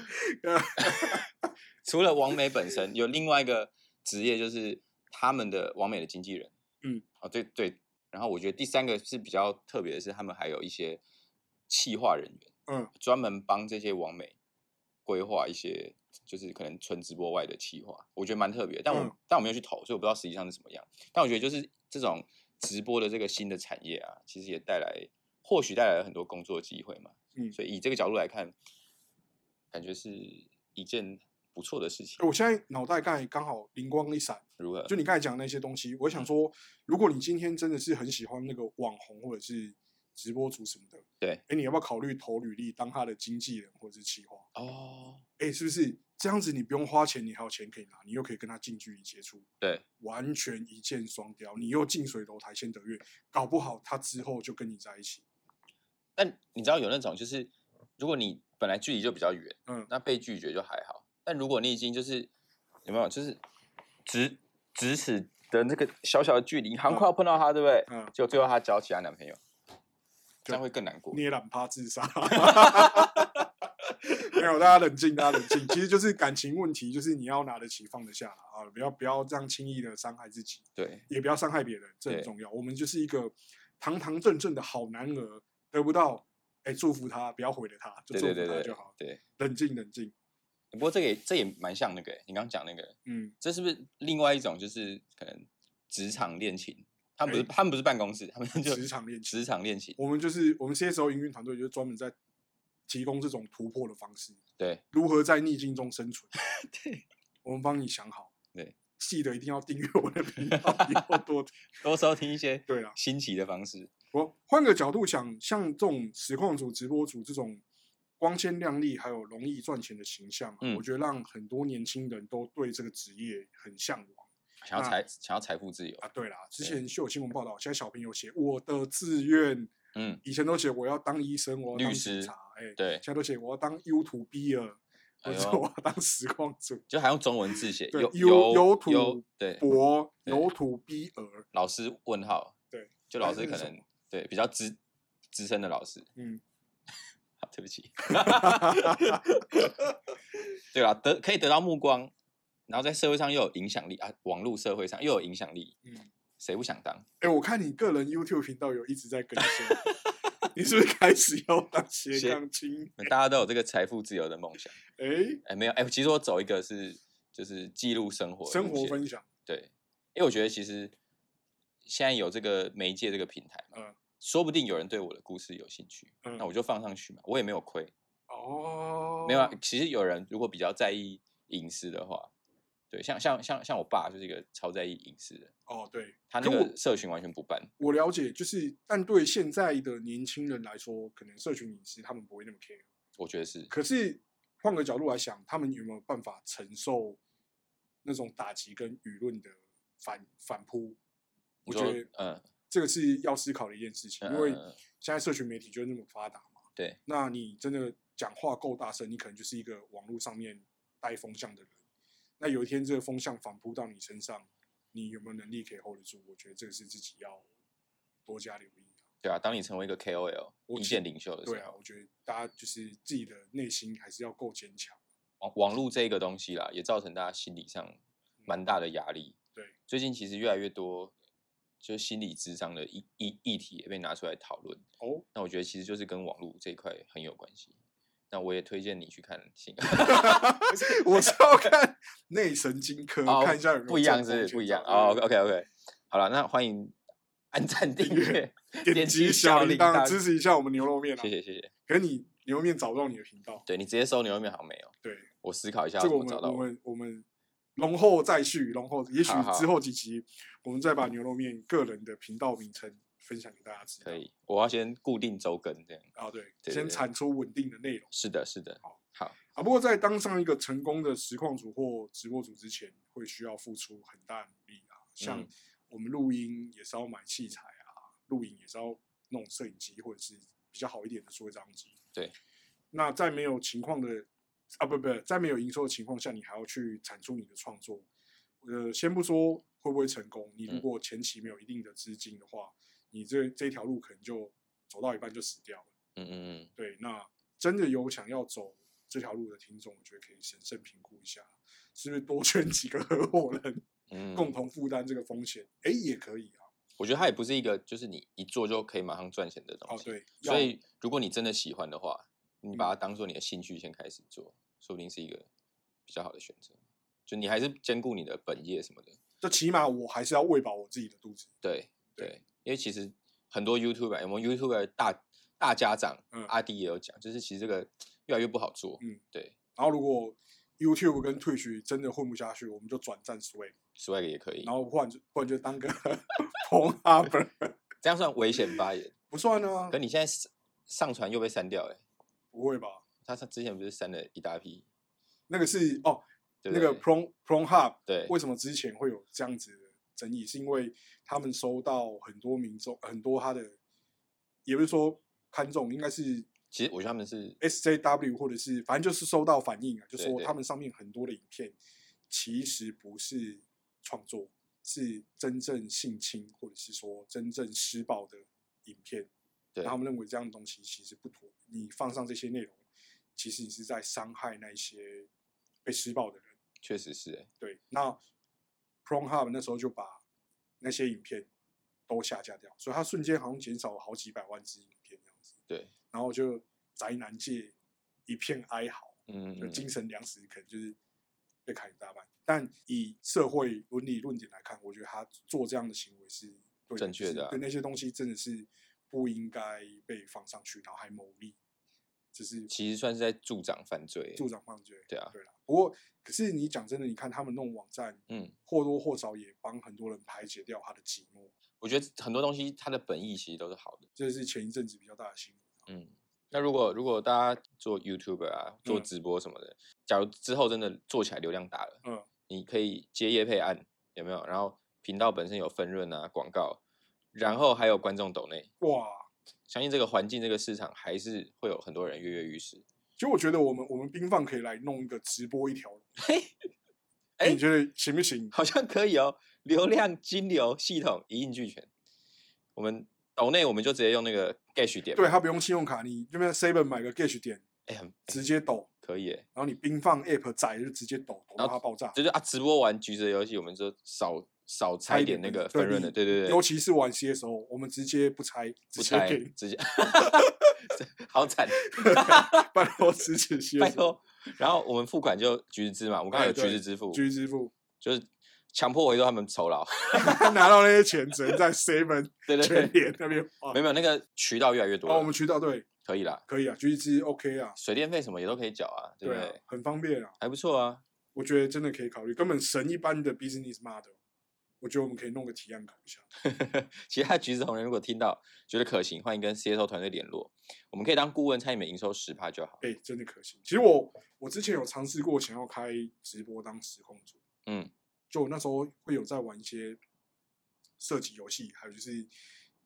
Speaker 2: 除了王美本身，有另外一个职业就是他们的王美的经纪人。
Speaker 1: 嗯，
Speaker 2: 哦，对对。然后我觉得第三个是比较特别的是，他们还有一些企划人员，
Speaker 1: 嗯，
Speaker 2: 专门帮这些王美规划一些就是可能纯直播外的企划，我觉得蛮特别。但我、
Speaker 1: 嗯
Speaker 2: 但我没有去投，所以我不知道实际上是怎么样。但我觉得就是这种直播的这个新的产业啊，其实也带来或许带来了很多工作机会嘛。
Speaker 1: 嗯
Speaker 2: 所以以这个角度来看，感觉是一件不错的事情。
Speaker 1: 哎我现在脑袋刚才刚好灵光一闪，
Speaker 2: 如何？
Speaker 1: 就你刚才讲的那些东西，我
Speaker 2: 嗯
Speaker 1: 想说，如果你今天真的是很喜欢那个网红或者是直播主什么的，
Speaker 2: 对
Speaker 1: 哎，你要不要考虑投履历当他的经纪人或者是企划？
Speaker 2: 哦，
Speaker 1: 哎，是不是这样子？你不用花钱，你还有钱可以拿，你又可以跟他近距离接触，
Speaker 2: 对，
Speaker 1: 完全一箭双雕。你又近水楼台先得月，搞不好他之后就跟你在一起。
Speaker 2: 但你知道有那种就是，如果你本来距离就比较远，
Speaker 1: 嗯
Speaker 2: 那被拒绝就还好。但如果你已经就是有没有就是咫咫尺的那个小小的距离，好像快要碰到他，对不对？
Speaker 1: 嗯，
Speaker 2: 就最后他交其他男朋友，这样会更难过
Speaker 1: 你。也懒趴自杀。 没有，大家冷静，大家冷静。其实就是感情问题，就是你要拿得起放得下啦啊，不要不要这样轻易的伤害自己，
Speaker 2: 对，
Speaker 1: 也不要伤害别人，这很
Speaker 2: 对
Speaker 1: 重要。我们就是一个堂堂正正的好男儿，得不到，哎、祝福他，不要毁了他，就
Speaker 2: 对
Speaker 1: 祝福
Speaker 2: 对对
Speaker 1: 他
Speaker 2: 对
Speaker 1: 就好。
Speaker 2: 对。
Speaker 1: 冷静，冷静。
Speaker 2: 不过这个也这也蛮像那个欸，你刚刚讲那个，
Speaker 1: 嗯，
Speaker 2: 这是不是另外一种就是可能职场恋情？他们不是、
Speaker 1: 哎
Speaker 2: 他们不是办公室，他们 就
Speaker 1: 职场恋情
Speaker 2: 职场恋情。
Speaker 1: 我们就是我们 CSO 营运团队，就是专门在提供这种突破的方式，
Speaker 2: 对，
Speaker 1: 如何在逆境中生存。
Speaker 2: 对，
Speaker 1: 我们帮你想好。
Speaker 2: 对，
Speaker 1: 记得一定要订阅我的频道，以后多
Speaker 2: 多收听一些
Speaker 1: 对啊啦。
Speaker 2: 新奇的方式。
Speaker 1: 我换个角度想，像这种实况组、直播组这种光鲜亮丽，还有容易赚钱的形象啊、
Speaker 2: 嗯
Speaker 1: 我觉得让很多年轻人都对这个职业很向往
Speaker 2: 想要
Speaker 1: 那
Speaker 2: 财、想要财富自由，
Speaker 1: 啊。对啦，之
Speaker 2: 对
Speaker 1: 前是有新闻报道，现在小朋友写我的志愿，
Speaker 2: 嗯，
Speaker 1: 以前都写我要当医生，我要当
Speaker 2: 律
Speaker 1: 警
Speaker 2: 师
Speaker 1: 察，哎、
Speaker 2: 对，
Speaker 1: 现在都写我要当 YouTuber，
Speaker 2: 哎
Speaker 1: 或
Speaker 2: 呦
Speaker 1: 者我要当实况主
Speaker 2: 就还用中文字写，
Speaker 1: 对
Speaker 2: 有
Speaker 1: 有有
Speaker 2: 有
Speaker 1: 土
Speaker 2: 有对，
Speaker 1: 博
Speaker 2: 对
Speaker 1: 有土逼儿，
Speaker 2: 老师问号，
Speaker 1: 对，
Speaker 2: 就
Speaker 1: 还
Speaker 2: 老
Speaker 1: 是
Speaker 2: 师可
Speaker 1: 什
Speaker 2: 能对比较资资深的老师，
Speaker 1: 嗯，
Speaker 2: 好对不起， 对吧？得可以得到目光，然后在社会上又有影响力啊，网络社会上又有影响力，
Speaker 1: 嗯，
Speaker 2: 谁不想当？
Speaker 1: 哎、我看你个人 YouTube 频道有一直在更新， 你是不是开始要当斜
Speaker 2: 斜
Speaker 1: 杠青？
Speaker 2: 大家都有这个财富自由的梦想，
Speaker 1: 哎、
Speaker 2: 哎，没有哎，其实我走一个是就是记录生活的
Speaker 1: 生
Speaker 2: 路
Speaker 1: 活
Speaker 2: 线
Speaker 1: 分享，
Speaker 2: 对，因为我觉得其实现在有这个媒介这个平台嘛，
Speaker 1: 嗯
Speaker 2: 说不定有人对我的故事有兴趣，
Speaker 1: 嗯
Speaker 2: 那我就放上去嘛，我也没有亏，
Speaker 1: 哦，
Speaker 2: 没有、啊。其实有人如果比较在意隐私的话，对，像像像像我爸就是一个超在意隐私的，
Speaker 1: 哦，对，
Speaker 2: 他那
Speaker 1: 可
Speaker 2: 个
Speaker 1: 我
Speaker 2: 社群完全不办，
Speaker 1: 我了解，就是但对现在的年轻人来说，可能社群隐私他们不会那么 care，
Speaker 2: 我觉得是
Speaker 1: 可是换个角度来想，他们有没有办法承受那种打击跟舆论的反反扑？我
Speaker 2: 你
Speaker 1: 觉
Speaker 2: 说
Speaker 1: 得
Speaker 2: 嗯
Speaker 1: 这个是要思考的一件事情，
Speaker 2: 嗯
Speaker 1: 因为
Speaker 2: 嗯嗯嗯
Speaker 1: 现在社群媒体就是那么发达嘛。
Speaker 2: 对，
Speaker 1: 那你真的讲话够大声，你可能就是一个网络上面带风向的人。那有一天这个风向反扑到你身上，你有没有能力可以 hold 得住？我觉得这个是自己要多加留意、啊。
Speaker 2: 对啊，当你成为一个 KOL
Speaker 1: 我
Speaker 2: 意
Speaker 1: 其
Speaker 2: 见领袖的时
Speaker 1: 对
Speaker 2: 候，
Speaker 1: 啊，我觉得大家就是自己的内心还是要够坚强。
Speaker 2: 网网络这个东西啦，也造成大家心理上蛮大的压力。
Speaker 1: 嗯对，
Speaker 2: 最近其实越来越多，就心理智商的议议议题也被拿出来讨论。
Speaker 1: 哦，
Speaker 2: 那我觉得其实就是跟网络这一块很有关系。那我也推荐你去看新，
Speaker 1: 我是要看内神经科，
Speaker 2: 哦
Speaker 1: 看一下有没有
Speaker 2: 不一样
Speaker 1: 中风
Speaker 2: 是不
Speaker 1: 前
Speaker 2: 是不一样
Speaker 1: 兆
Speaker 2: 哦。OK OK，好了，那欢迎按赞订阅，
Speaker 1: 对点击小铃铛支
Speaker 2: 持，
Speaker 1: 持一下我们牛肉面啊
Speaker 2: 谢！谢谢谢。
Speaker 1: 可是你牛肉面找不到你的频道，
Speaker 2: 对你直接搜牛肉面好像没有，
Speaker 1: 对，
Speaker 2: 我思考一下
Speaker 1: 这
Speaker 2: 怎
Speaker 1: 个我
Speaker 2: 么
Speaker 1: 们
Speaker 2: 找到
Speaker 1: 我
Speaker 2: 我。
Speaker 1: 们我们容后再续，容后也许
Speaker 2: 好好
Speaker 1: 之后几集我们再把牛肉面个人的频道名称分享给大家知道。
Speaker 2: 可以，我要先固定周更这样。
Speaker 1: 啊，对，
Speaker 2: 对
Speaker 1: 先
Speaker 2: 对
Speaker 1: 产出稳定的内容
Speaker 2: 是的，是的
Speaker 1: 好。
Speaker 2: 好，
Speaker 1: 啊。不过在当上一个成功的实况主或直播主之前，会需要付出很大的努力啊，像
Speaker 2: 嗯
Speaker 1: 我们录音也是要买器材啊，录影也是要那种摄影机，或者是比较好一点的数位照相机。
Speaker 2: 对，
Speaker 1: 那在没有情况的啊，不不，在没有营收的情况下，你还要去产出你的创作，呃，先不说会不会成功，你如
Speaker 2: 嗯
Speaker 1: 果前期没有一定的资金的话，你这这条路可能就走到一半就死掉了。
Speaker 2: 嗯嗯嗯，
Speaker 1: 对，那真的有想要走这条路的听众，我觉得可以审慎评估一下，是不是多圈几个合伙人，
Speaker 2: 嗯，
Speaker 1: 共同负担这个风险？哎、也可以啊。
Speaker 2: 我觉得它也不是一个就是你一做就可以马上赚钱的东
Speaker 1: 哦，
Speaker 2: 西。
Speaker 1: 对，
Speaker 2: 所
Speaker 1: 要嗯
Speaker 2: 以如果你真的喜欢的话，你把它当做你的兴趣先开始做，说不定是一个比较好的选择。就你还是兼顾你的本业什么的，
Speaker 1: 就起码我还是要喂饱我自己的肚子。
Speaker 2: 对
Speaker 1: 对
Speaker 2: 对，因为其实很多 YouTuber，我们 YouTuber 大大家长、
Speaker 1: 嗯
Speaker 2: 阿迪也有讲，就是其实这个越来越不好做。
Speaker 1: 嗯，
Speaker 2: 对
Speaker 1: 然后如果 YouTube 跟 Twitch 真的混不下去，我们就转战 Sway，
Speaker 2: ，Swag 也可以
Speaker 1: 然，后不然就不然就当个 Porn Hub，
Speaker 2: 这样算危险发言。
Speaker 1: 不算啊
Speaker 2: 可，你现在上上传又被删掉、欸，哎，
Speaker 1: 不会吧？
Speaker 2: 他他之前不是删了一大批，
Speaker 1: 那个是哦，
Speaker 2: 对
Speaker 1: 那
Speaker 2: 不对？
Speaker 1: 个 Porn Porn Hub
Speaker 2: 对，
Speaker 1: 为什么之前会有这样子的争议？是因为他们收到很多民众，很多他的，也不是说看众，应该是
Speaker 2: 其实我觉得他们是
Speaker 1: SJW 或者是反正就是收到反应啊，就
Speaker 2: 对
Speaker 1: 说
Speaker 2: 对
Speaker 1: 他们上面很多的影片其实不是创作，是真正性侵或者是说真正施暴的影片，
Speaker 2: 对
Speaker 1: 然后他们认为这样的东西其实不妥，你放上这些内容，其实你是在伤害那一些被施暴的人。
Speaker 2: 确实是、欸，
Speaker 1: 对，那 Pornhub 那时候就把那些影片都下架掉，所以它瞬间好像减少了好几百万支影片这样子，
Speaker 2: 对，
Speaker 1: 然后就宅男界一片哀嚎，
Speaker 2: 嗯，
Speaker 1: 就
Speaker 2: 嗯
Speaker 1: 精神粮食可能就是被砍一大半。但以社会伦理论点来看，我觉得他做这样的行为是对
Speaker 2: 正确
Speaker 1: 是
Speaker 2: 的啊
Speaker 1: 对那些东西真的是不应该被放上去，然后还牟利，这是
Speaker 2: 其实算是在助长犯罪、欸
Speaker 1: 助长犯罪。
Speaker 2: 对啊，
Speaker 1: 对啦，不过可是你讲真的，你看他们那种网站，
Speaker 2: 嗯，
Speaker 1: 或多或少也帮很多人排解掉他的寂寞，
Speaker 2: 我觉得很多东西它的本意其实都是好的。
Speaker 1: 这是前一阵子比较大的新闻。
Speaker 2: 嗯，那如果如果大家做 YouTuber 啊，做
Speaker 1: 嗯
Speaker 2: 直播什么的，假如之后真的做起来流量大了，
Speaker 1: 嗯，
Speaker 2: 你可以接业配案，有没有？然后频道本身有分润啊、广告，然后还有观众抖内，
Speaker 1: 哇，
Speaker 2: 相信这个环境、这个市场还是会有很多人跃跃欲试。
Speaker 1: 其实我觉得我们我们冰放可以来弄一个直播一条龙，
Speaker 2: 哎
Speaker 1: 你觉得行不行？
Speaker 2: 好像可以哦，流量金流系统一应俱全。我们抖内我们就直接用那个 Gash 点嘛，
Speaker 1: 对他不用信用卡，你这边 Seven 买个 Gage 点
Speaker 2: 哎、很
Speaker 1: 直接抖，
Speaker 2: 可以耶，
Speaker 1: 然后你冰放 App 载就直接抖，抖到
Speaker 2: 然后
Speaker 1: 它爆炸。
Speaker 2: 就是啊，直播完橘子游戏，我们就少少
Speaker 1: 差
Speaker 2: 拆一点那个分润的，对对对，
Speaker 1: 尤其是玩 CS 的时候，我们直接不拆，直
Speaker 2: 不
Speaker 1: 接
Speaker 2: 拆
Speaker 1: 给你，
Speaker 2: 直接， 这 好惨，
Speaker 1: 拜托支持 CS，
Speaker 2: 拜托。然后我们付款就橘子支嘛，我刚
Speaker 1: 哎
Speaker 2: 刚有橘
Speaker 1: 对
Speaker 2: 子支付，
Speaker 1: 继续支付，
Speaker 2: 就是强迫回收他们酬劳，
Speaker 1: 拿到那些钱只能在 Seven
Speaker 2: 对对
Speaker 1: 全
Speaker 2: 对，
Speaker 1: 联那边花
Speaker 2: 没有。没有那个渠道越来越多
Speaker 1: 哦，我
Speaker 2: 了
Speaker 1: 们，渠道对，
Speaker 2: 可以啦，
Speaker 1: 可以啊，橘子 OK 啊，
Speaker 2: 水电费什么也都可以缴啊，对不
Speaker 1: 对啊
Speaker 2: 对？，
Speaker 1: 很方便啊，
Speaker 2: 还不错啊，
Speaker 1: 我觉得真的可以考虑，根本神一般的 business model，我觉得我们可以弄个提案搞一下。
Speaker 2: 其他橘子同仁如果听到觉得可行，欢迎跟 CSO 团队联络，我们可以当顾问参与每营收十趴就好。
Speaker 1: 哎、真的可行。其实我我之前有尝试过想要开直播当实况主，
Speaker 2: 嗯，
Speaker 1: 就我那时候会有在玩一些射击游戏，还有就是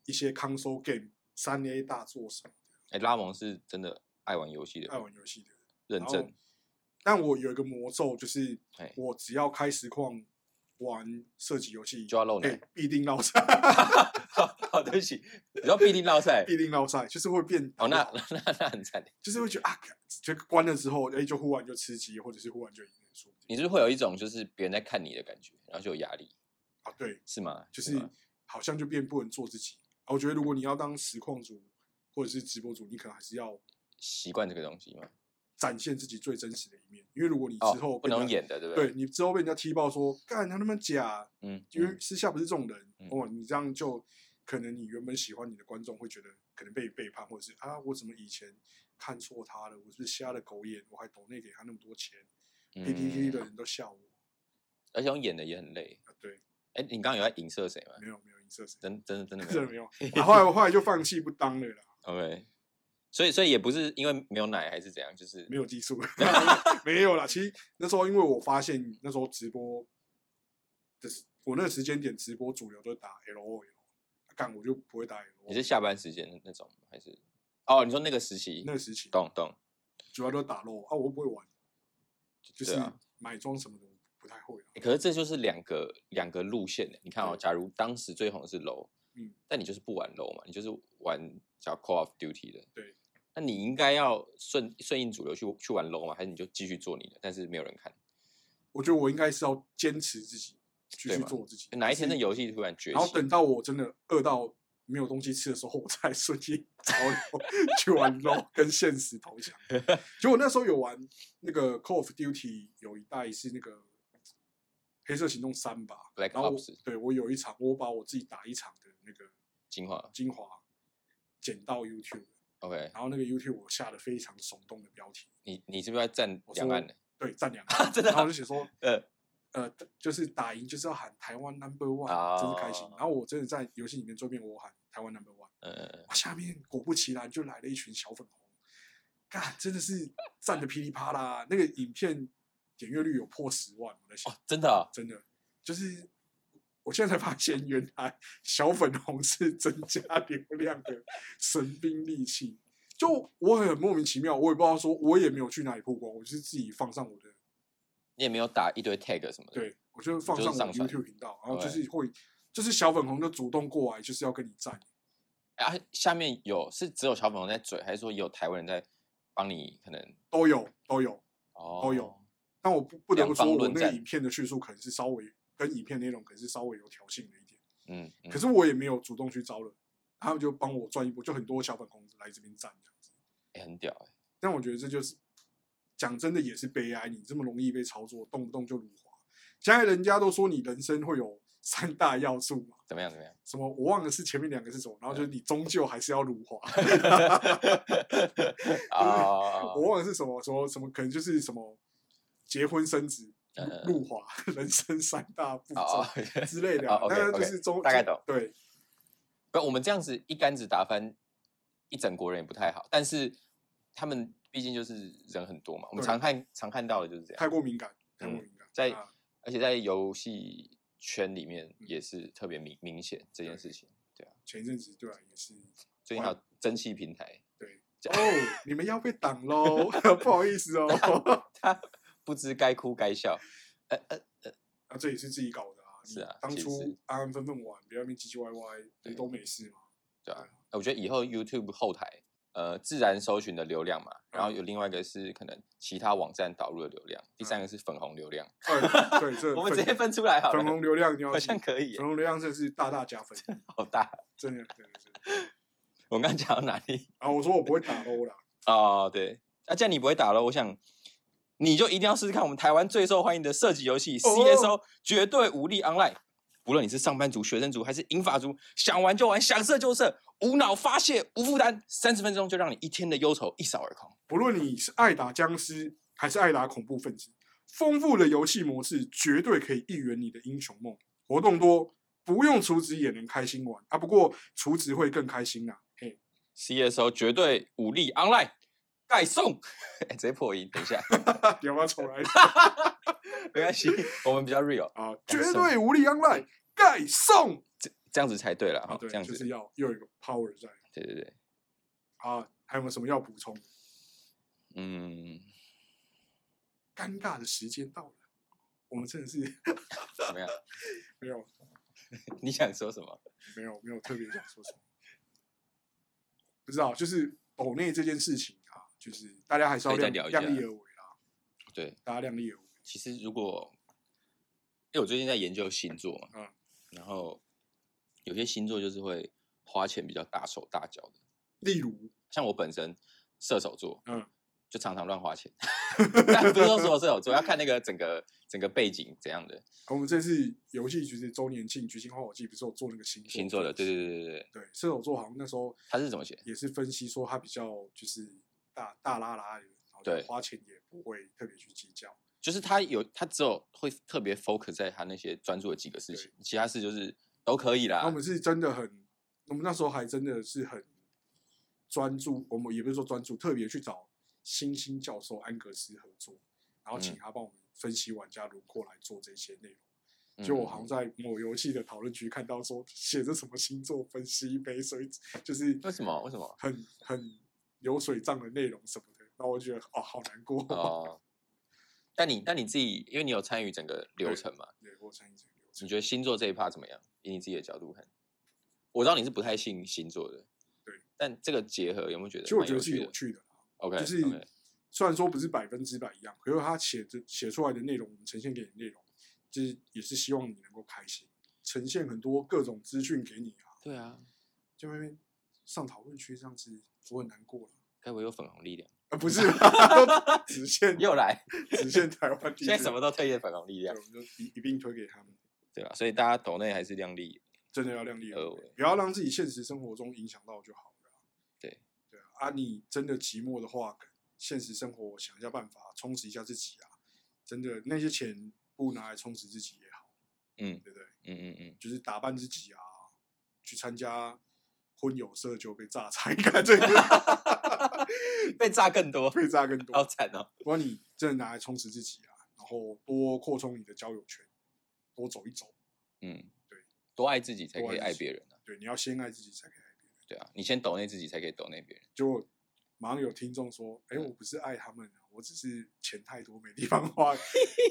Speaker 1: 一些 console game 三 A 大作什么
Speaker 2: 哎，拉蒙是真的爱玩游戏
Speaker 1: 的爱
Speaker 2: 的，
Speaker 1: 玩游戏的人，
Speaker 2: 认
Speaker 1: 啊然后
Speaker 2: 真，
Speaker 1: 但我有一个魔咒，就是
Speaker 2: 哎，
Speaker 1: 我只要开实况玩射击游戏，
Speaker 2: 就要露
Speaker 1: 哎、
Speaker 2: 奶。
Speaker 1: 必定落赛，
Speaker 2: 好，对不起，你知道必定落赛
Speaker 1: 必定落赛，就是会变
Speaker 2: 哦，那
Speaker 1: 老
Speaker 2: 那那很惨。
Speaker 1: 就是会觉得啊，干就关了之后，哎、就忽然就吃鸡，或者是忽然就赢了，说不定
Speaker 2: 你是不是会有一种就是别人在看你的感觉，然后就有压力，
Speaker 1: 啊，对，
Speaker 2: 是吗？
Speaker 1: 就是
Speaker 2: 吗
Speaker 1: 好像就变不能做自己。啊我觉得如果你要当实况主或者是直播主，你可能还是要
Speaker 2: 习惯这个东西嘛。
Speaker 1: 展现自己最真实的一面，因为如果你
Speaker 2: 哦
Speaker 1: 之后，
Speaker 2: 不
Speaker 1: 被人
Speaker 2: 能
Speaker 1: 家，
Speaker 2: 演的，对不
Speaker 1: 对？你之后被人家踢爆说干他那么假，
Speaker 2: 嗯，
Speaker 1: 因为
Speaker 2: 嗯
Speaker 1: 私下不是这种人、
Speaker 2: 嗯
Speaker 1: 哦，你这样就可能你原本喜欢你的观众会觉得可能被背叛，或者是啊我怎么以前看错他了，我是不是瞎了狗眼，我还抖内给他那么多钱、p t t 的
Speaker 2: 嗯
Speaker 1: 人都笑我，
Speaker 2: 而且用演的也很累。
Speaker 1: 啊对，
Speaker 2: 哎，你刚刚有在影射谁吗？
Speaker 1: 没有没有影射谁。
Speaker 2: 真真的 真的没
Speaker 1: 真的
Speaker 2: 有
Speaker 1: 没有。然后后来我后来就放弃不当了啦，
Speaker 2: OK，所以所以也不是因为没有奶还是怎样，就是
Speaker 1: 没有技术， 没有啦。其实那时候因为我发现那时候直播的时，我那个时间点直播主流都打 L O L，干我就不会打 L O，
Speaker 2: 你是下班时间的那种还是？哦，你说那个时期，
Speaker 1: 那个时期
Speaker 2: 懂懂，
Speaker 1: 主要都打肉啊，我又不会玩，就是
Speaker 2: 对啊
Speaker 1: 买装什么的我不太会啊。
Speaker 2: 欸可是这就是两个两个路线的。你看哦，
Speaker 1: 对
Speaker 2: 假如当时最红的是 low，
Speaker 1: 嗯，
Speaker 2: 但你就是不玩 low 嘛，你就是玩叫 Call of Duty 的，
Speaker 1: 对。
Speaker 2: 那你应该要顺顺应主流去去玩 low 嘛，还是你就继续做你的，但是没有人看？
Speaker 1: 我觉得我应该是要坚持自己，继
Speaker 2: 对
Speaker 1: 续
Speaker 2: 嘛
Speaker 1: 做自己。
Speaker 2: 哪一天
Speaker 1: 就
Speaker 2: 的
Speaker 1: 是
Speaker 2: 游戏突然崛
Speaker 1: 然后
Speaker 2: 起？
Speaker 1: 等到我真的饿到没有东西吃的时候，我才顺 应潮流去玩 LO，跟现实投降。结果那时候有玩那个 Call of Duty，有一代是那个黑色行动三吧。
Speaker 2: Black
Speaker 1: 然后我
Speaker 2: Ops
Speaker 1: 对我有一场，我把我自己打一场的那个
Speaker 2: 进化
Speaker 1: 精华剪到 YouTube，
Speaker 2: ，OK，
Speaker 1: 然后那个 YouTube 我下了非常耸动的标题，
Speaker 2: 你你是不是要站
Speaker 1: 我
Speaker 2: 两
Speaker 1: 说
Speaker 2: 岸的？，
Speaker 1: 对，赞扬
Speaker 2: 真的
Speaker 1: 然后我就写说
Speaker 2: 呃，
Speaker 1: 呃，就是打赢就是要喊台湾 number one，、
Speaker 2: 啊
Speaker 1: 真是开心。然后我真的在游戏里面桌面我喊台湾 number one，
Speaker 2: 呃，
Speaker 1: 哇下面果不其然就来了一群小粉红，干真的是赞的噼里啪啦。那个影片点阅率有破十万，我在想，
Speaker 2: 真的啊、
Speaker 1: 真的就是我现在才发现，原来小粉红是增加流量的神兵利器。就我很莫名其妙，我也不知道说，我也没有去哪里曝光，我就是自己放上我的
Speaker 2: 你也没有打一堆 tag 什么的。，
Speaker 1: 对，我就放
Speaker 2: 就是
Speaker 1: 上我
Speaker 2: 上传
Speaker 1: YouTube 频道，然后就
Speaker 2: 对
Speaker 1: 是会，就是小粉红就主动过来，就是要跟你站。
Speaker 2: 啊，下面有是只有小粉红在嘴，还是说也有台湾人在帮你？可能
Speaker 1: 都有都有。
Speaker 2: 哦，
Speaker 1: 都有但我不不得
Speaker 2: 两
Speaker 1: 不
Speaker 2: 方
Speaker 1: 说，我
Speaker 2: 论
Speaker 1: 那个
Speaker 2: 战
Speaker 1: 影片的叙述可能是稍微跟影片内容可能是稍微有挑衅了一点，
Speaker 2: 嗯，嗯，
Speaker 1: 可是我也没有主动去招惹，他们就帮我赚一波，就很多小粉红来这边站这样子。
Speaker 2: 欸很屌、欸，
Speaker 1: 但我觉得这就是讲真的也是悲哀，你这么容易被操作，动不动就辱华。现在人家都说你人生会有 三大要素嘛，
Speaker 2: 怎么样？怎么样？
Speaker 1: 什么我忘了是前面两个是什么，然后
Speaker 2: 嗯
Speaker 1: 就是你终究还是要辱 华。
Speaker 2: 啊，
Speaker 1: 我忘了是什么什么什么，可能就是什么结婚生子
Speaker 2: 嗯嗯、嗯
Speaker 1: 入华、 人生三大步
Speaker 2: 哦
Speaker 1: 骤 之类的
Speaker 2: 哦
Speaker 1: 啊。
Speaker 2: ，OK，
Speaker 1: 那就
Speaker 2: OK，
Speaker 1: 是中
Speaker 2: 大概
Speaker 1: 中
Speaker 2: 懂
Speaker 1: 对
Speaker 2: 不，我们这样子一竿子打翻一整国人也不太好，但是他们毕竟就是人很多嘛，我们
Speaker 1: 对
Speaker 2: 常看常看到的就是这
Speaker 1: 太
Speaker 2: 样，
Speaker 1: 过敏感，太过
Speaker 2: 啊嗯
Speaker 1: 敏感。
Speaker 2: 在
Speaker 1: 啊
Speaker 2: 而且在游戏圈里面也是特别明明显这
Speaker 1: 嗯
Speaker 2: 件
Speaker 1: 对
Speaker 2: 事情。
Speaker 1: 前一阵子对啊也 是
Speaker 2: 最近还有蒸汽平台，
Speaker 1: 对
Speaker 2: 这
Speaker 1: 哦，你们要被挡喽， 不好意思 哦。
Speaker 2: 他不知该哭该笑，呃呃，
Speaker 1: 啊，这也是自己搞的啊。
Speaker 2: 是啊
Speaker 1: 你当
Speaker 2: 其实是
Speaker 1: 初安安分分玩，不要面唧唧歪歪，
Speaker 2: 对
Speaker 1: 你都没事 嘛。
Speaker 2: 对啊，我觉得以后 YouTube 后台，呃，自然搜寻的流量嘛，
Speaker 1: 嗯
Speaker 2: 然后有另外一个是可能其他网站导入的流量，第三个是粉红流量，
Speaker 1: 哎对嗯对，这
Speaker 2: 我们直
Speaker 1: 粉
Speaker 2: 接分出来好
Speaker 1: 粉
Speaker 2: 了
Speaker 1: 红，流量你要
Speaker 2: 好
Speaker 1: 记
Speaker 2: 像可以耶
Speaker 1: 粉，红流量真的是大大加分，
Speaker 2: 好大。啊
Speaker 1: 真的真的真的。
Speaker 2: 我刚刚讲到哪里？
Speaker 1: 啊，我说我不会 打欧啦，
Speaker 2: 哦，对，那、这样你不会打了，我想你就一定要试试看我们台湾最受欢迎的射击游
Speaker 1: 哦
Speaker 2: 戏 CSO 绝对武力 Online。无论你是上班族、学生族还是银发族，想玩就玩，想射就射，无脑发泄，无负担，三十分钟就让你一天的忧愁一扫而空。
Speaker 1: 不论你是爱打僵尸还是爱打恐怖分子，丰富的游戏模式绝对可以一圆你的英雄梦。活动多，不用厨子也能开心玩啊！不过厨子会更开心啊！嘿，
Speaker 2: CSO 绝对武力 Online 盖送， 哎直接破音，等一下，
Speaker 1: 你要不要重 来？
Speaker 2: 没关系，我们比较 real，
Speaker 1: 啊，
Speaker 2: 盖
Speaker 1: 绝
Speaker 2: 送
Speaker 1: 对无力 online 盖送
Speaker 2: 这样子才对了哈
Speaker 1: 啊！，对
Speaker 2: 这，样
Speaker 1: 就
Speaker 2: 子，
Speaker 1: 是要又有一个 power 在
Speaker 2: 对对对，
Speaker 1: 啊！还有没有什么要补充？
Speaker 2: 嗯，
Speaker 1: 尴尬的时间到了，我们真的是
Speaker 2: 怎么样？
Speaker 1: 没有
Speaker 2: 你想说什么？
Speaker 1: 没有没有特别想说什么，不知道，就是抖内这件事情啊，就是大家还是要
Speaker 2: 可以再
Speaker 1: 量
Speaker 2: 聊一下
Speaker 1: 量力而为啦，
Speaker 2: 对，
Speaker 1: 大家量力而为。
Speaker 2: 其实如果，因为我最近在研究星座嘛，
Speaker 1: 嗯
Speaker 2: 然后有些星座就是会花钱比较大手大脚的，
Speaker 1: 例如，
Speaker 2: 像我本身射手座，
Speaker 1: 嗯，
Speaker 2: 就常常乱花钱， 但不是说所有射手座，要看那个整个整个背景怎样的
Speaker 1: 啊我们这次游戏局是周年庆举行花火季，不是有做那个星座
Speaker 2: 星座的，对对对对对，
Speaker 1: 对，射手座好像那时候
Speaker 2: 他是怎么写？
Speaker 1: 也是分析说他比较就是大大拉拉的，然后就
Speaker 2: 对
Speaker 1: 花钱也不会特别去计较。
Speaker 2: 就是他有他只有会特别 focus 在他那些专注的几个事
Speaker 1: 对
Speaker 2: 情，其他事就是都可以啦
Speaker 1: 那我。们是真的很，我们那时候还真的是很专注，我们也不是说专注，特别去找星星教授安格斯合作，然后请
Speaker 2: 嗯
Speaker 1: 他帮我们分析玩家轮廓来做这些内容。
Speaker 2: 嗯
Speaker 1: 就我好像在某游戏的讨论区看到说写着什么星座分析杯，所以 就是
Speaker 2: 为什么？为什么？
Speaker 1: 很很流水账的内容什么的，那我就觉得哦好难过。
Speaker 2: 哦，但你但你自己，因为你有参与整个流
Speaker 1: 对
Speaker 2: 程嘛，
Speaker 1: 对，我参与这个流
Speaker 2: 你
Speaker 1: 程。
Speaker 2: 觉得星座这一趴怎么样？以你自己的角度看，我知道你是不太信星座的，
Speaker 1: 对，
Speaker 2: 但这个结合有没有觉得
Speaker 1: 其实我
Speaker 2: 蛮
Speaker 1: 觉
Speaker 2: 有
Speaker 1: 得是
Speaker 2: 趣
Speaker 1: 有
Speaker 2: 的
Speaker 1: 趣的啦，
Speaker 2: ？OK，
Speaker 1: 就是
Speaker 2: OK
Speaker 1: 虽然说不是百分之百一样，可是他写的写出来的内容，我们呈现给你的内容，就是也是希望你能够开心，呈现很多各种资讯给你啊。
Speaker 2: 对啊，
Speaker 1: 就那边上讨论区这样子，我很难过了。
Speaker 2: 该不会有粉红 力量？
Speaker 1: 呃，不是，只限
Speaker 2: 又来，
Speaker 1: 只限台湾地区。
Speaker 2: 现在什么都推荐粉红力
Speaker 1: 对，
Speaker 2: 量
Speaker 1: 我，们就一一并推给他们，
Speaker 2: 对吧？所以大家抖内还是量力，
Speaker 1: 真的要量力而
Speaker 2: 呃
Speaker 1: 为，不要让自己现实生活中影响到就好了啊。
Speaker 2: 对
Speaker 1: 对啊，啊，你真的寂寞的话，现实生活想一下办法，充实一下自己啊。真的，那些钱不拿来充实自己也好，
Speaker 2: 嗯
Speaker 1: 对不对？
Speaker 2: 嗯嗯嗯，
Speaker 1: 就是打扮自己啊，去参加婚友社就被榨财，看这个
Speaker 2: 嗯 被炸更多，
Speaker 1: 被榨更多。
Speaker 2: 好惨 哦。
Speaker 1: 不然你真的拿来充实自己啊，然后多扩充你的交友圈，多走一走。
Speaker 2: 嗯，
Speaker 1: 对，
Speaker 2: 多爱自己才
Speaker 1: 多
Speaker 2: 可以
Speaker 1: 爱
Speaker 2: 爱
Speaker 1: 自己
Speaker 2: 别人啊，
Speaker 1: 对，你要先爱自己才可以爱别人。
Speaker 2: 对啊，你先抖内自己才可以抖内别人。
Speaker 1: 就马上有听众说：“
Speaker 2: 嗯
Speaker 1: 哎、我不是爱他们啊，我只是钱太多没地方 花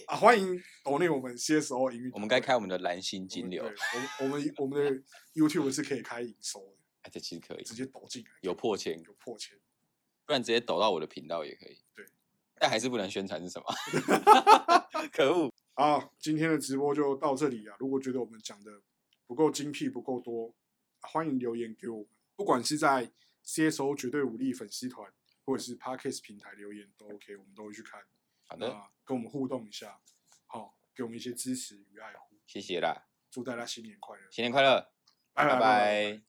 Speaker 1: 啊。”欢迎抖内我们 CSO 营运团队，
Speaker 2: 我们该开我们的蓝心金流
Speaker 1: 我，们对我们我们我 们的 YouTube 是可以开营收的，
Speaker 2: 哎，这其实可以，
Speaker 1: 直接抖进来，
Speaker 2: 有破千，
Speaker 1: 有破千。
Speaker 2: 不然直接抖到我的频道也可以。
Speaker 1: 对，
Speaker 2: 但还是不能宣传是什么？可恶！
Speaker 1: 好，啊今天的直播就到这里啊。如果觉得我们讲的不够精辟、不够多，啊欢迎留言给我们，不管是在 CSO 绝对武力粉丝团，或者是 Parkes 平台留言都 OK，我们都会去看。
Speaker 2: 好
Speaker 1: 那
Speaker 2: 的，
Speaker 1: 跟我们互动一下，好，给我们一些支持与爱护。
Speaker 2: 谢谢啦，
Speaker 1: 祝大家新年快乐，
Speaker 2: 新年快乐，
Speaker 1: 啊拜
Speaker 2: 拜
Speaker 1: 拜。
Speaker 2: 拜